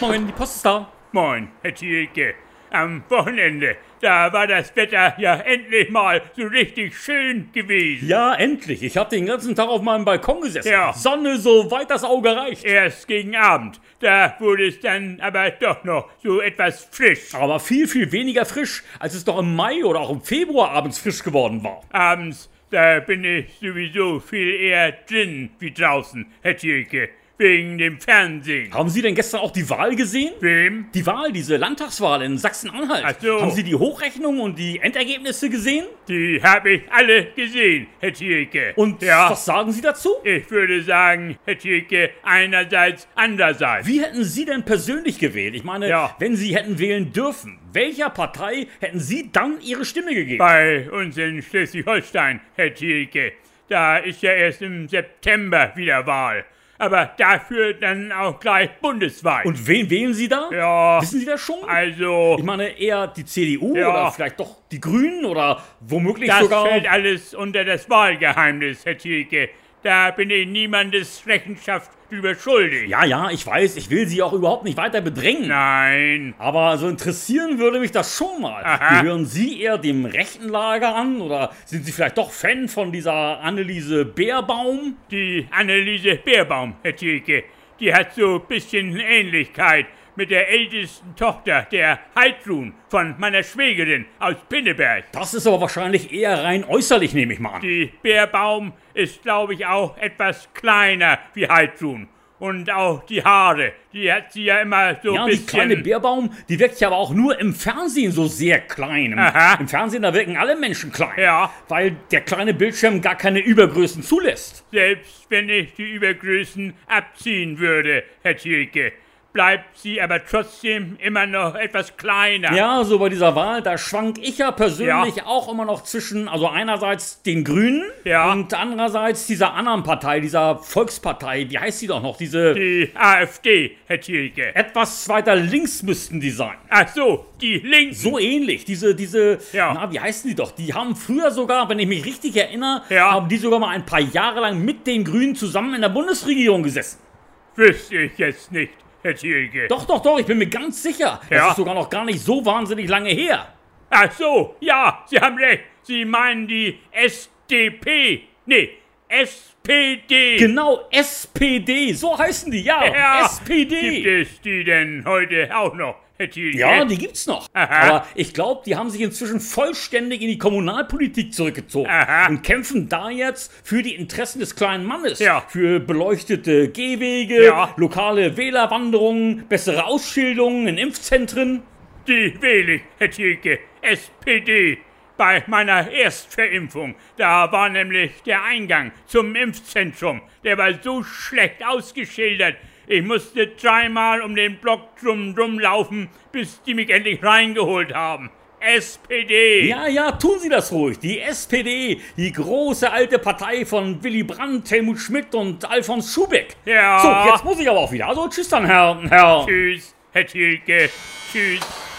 Moin, die Post ist da. Moin, Herr Thielke. Am Wochenende, da war das Wetter ja endlich mal so richtig schön gewesen. Ja, endlich. Ich habe den ganzen Tag auf meinem Balkon gesessen. Ja. Sonne, so weit das Auge reicht. Erst gegen Abend, da wurde es dann aber doch noch so etwas frisch. Aber viel, viel weniger frisch, als es doch im Mai oder auch im Februar abends frisch geworden war. Abends, da bin ich sowieso viel eher drin wie draußen, Herr Thielke, wegen dem Fernsehen. Haben Sie denn gestern auch die Wahl gesehen? Wem? Die Wahl, diese Landtagswahl in Sachsen-Anhalt. Ach so. Haben Sie die Hochrechnung und die Endergebnisse gesehen? Die habe ich alle gesehen, Herr Thielke. Und ja, was sagen Sie dazu? ich würde sagen, Herr Thielke, einerseits, andererseits. Wie hätten Sie denn persönlich gewählt? Ich meine, Ja. wenn Sie hätten wählen dürfen, welcher Partei hätten Sie dann Ihre Stimme gegeben? Bei uns in Schleswig-Holstein, Herr Thielke. Da ist ja erst im September wieder Wahl. Aber dafür dann auch gleich bundesweit. Und wen wählen Sie da? ja, Wissen Sie das schon? also, Ich meine eher die CDU Ja. oder vielleicht doch die Grünen oder womöglich das sogar. fällt alles unter das Wahlgeheimnis, Herr Thielke. Da bin ich niemandes Rechenschaft drüber schuldig. Ja, ja, ich weiß, ich will Sie auch überhaupt nicht weiter bedrängen. Nein. Aber so interessieren würde mich das schon mal. Aha. Gehören Sie eher dem rechten Lager an oder sind Sie vielleicht doch Fan von dieser Anneliese Beerbaum? Die Anneliese Beerbaum, Herr Thielke, die hat so ein bisschen Ähnlichkeit mit der ältesten Tochter, der Heidrun, von meiner Schwägerin aus Pinneberg. Das ist aber wahrscheinlich eher rein äußerlich, nehme ich mal an. Die Bärbaum ist, glaube ich, auch etwas kleiner wie Heidrun. Und auch die Haare, die hat sie ja immer so Ja, ein die bisschen... kleine Beerbaum, die wirkt ja aber auch nur im Fernsehen so sehr klein. Im, Aha. Im Fernsehen, da wirken alle Menschen klein. Ja. Weil der kleine Bildschirm gar keine Übergrößen zulässt. Selbst wenn ich die Übergrößen abziehen würde, Herr Thielke, bleibt sie aber trotzdem immer noch etwas kleiner. Ja, so bei dieser Wahl, da schwank ich ja persönlich Ja. auch immer noch zwischen, also einerseits den Grünen Ja. und andererseits dieser anderen Partei, dieser Volkspartei, wie heißt die doch noch, diese Die AfD, Herr Thielke. etwas weiter links müssten die sein. Ach so, die Links. So ähnlich, diese, diese, Ja. na, wie heißen die doch? Die haben früher sogar, wenn ich mich richtig erinnere, Ja. haben die sogar mal ein paar Jahre lang mit den Grünen zusammen in der Bundesregierung gesessen. Wüsste ich jetzt nicht, Herr Thielke. Doch, doch, doch, ich bin mir ganz sicher. Das Ja. ist sogar noch gar nicht so wahnsinnig lange her. Ach so, ja, Sie haben recht. Sie meinen die SDP. Nee, SPD. Genau, SPD, so heißen die, ja, Ja, SPD. Gibt es die denn heute auch noch, Herr Thielke? Ja, die gibt's noch. Aha. Aber ich glaube, die haben sich inzwischen vollständig in die Kommunalpolitik zurückgezogen Aha. und kämpfen da jetzt für die Interessen des kleinen Mannes. Ja. Für beleuchtete Gehwege, Ja. lokale Wählerwanderungen, bessere Ausschilderungen in Impfzentren. Die wähle ich, Herr Thielke. SPD. Bei meiner Erstverimpfung, da war nämlich der Eingang zum Impfzentrum, der war so schlecht ausgeschildert. Ich musste dreimal um den Block drum rumlaufen, bis die mich endlich reingeholt haben. SPD. Ja, ja, tun Sie das ruhig. Die SPD, die große alte Partei von Willy Brandt, Helmut Schmidt und Alfons Schubeck. Ja. So, jetzt muss ich aber auch wieder. Also tschüss dann, Herr, Herr. Tschüss, Herr Thielke. Tschüss.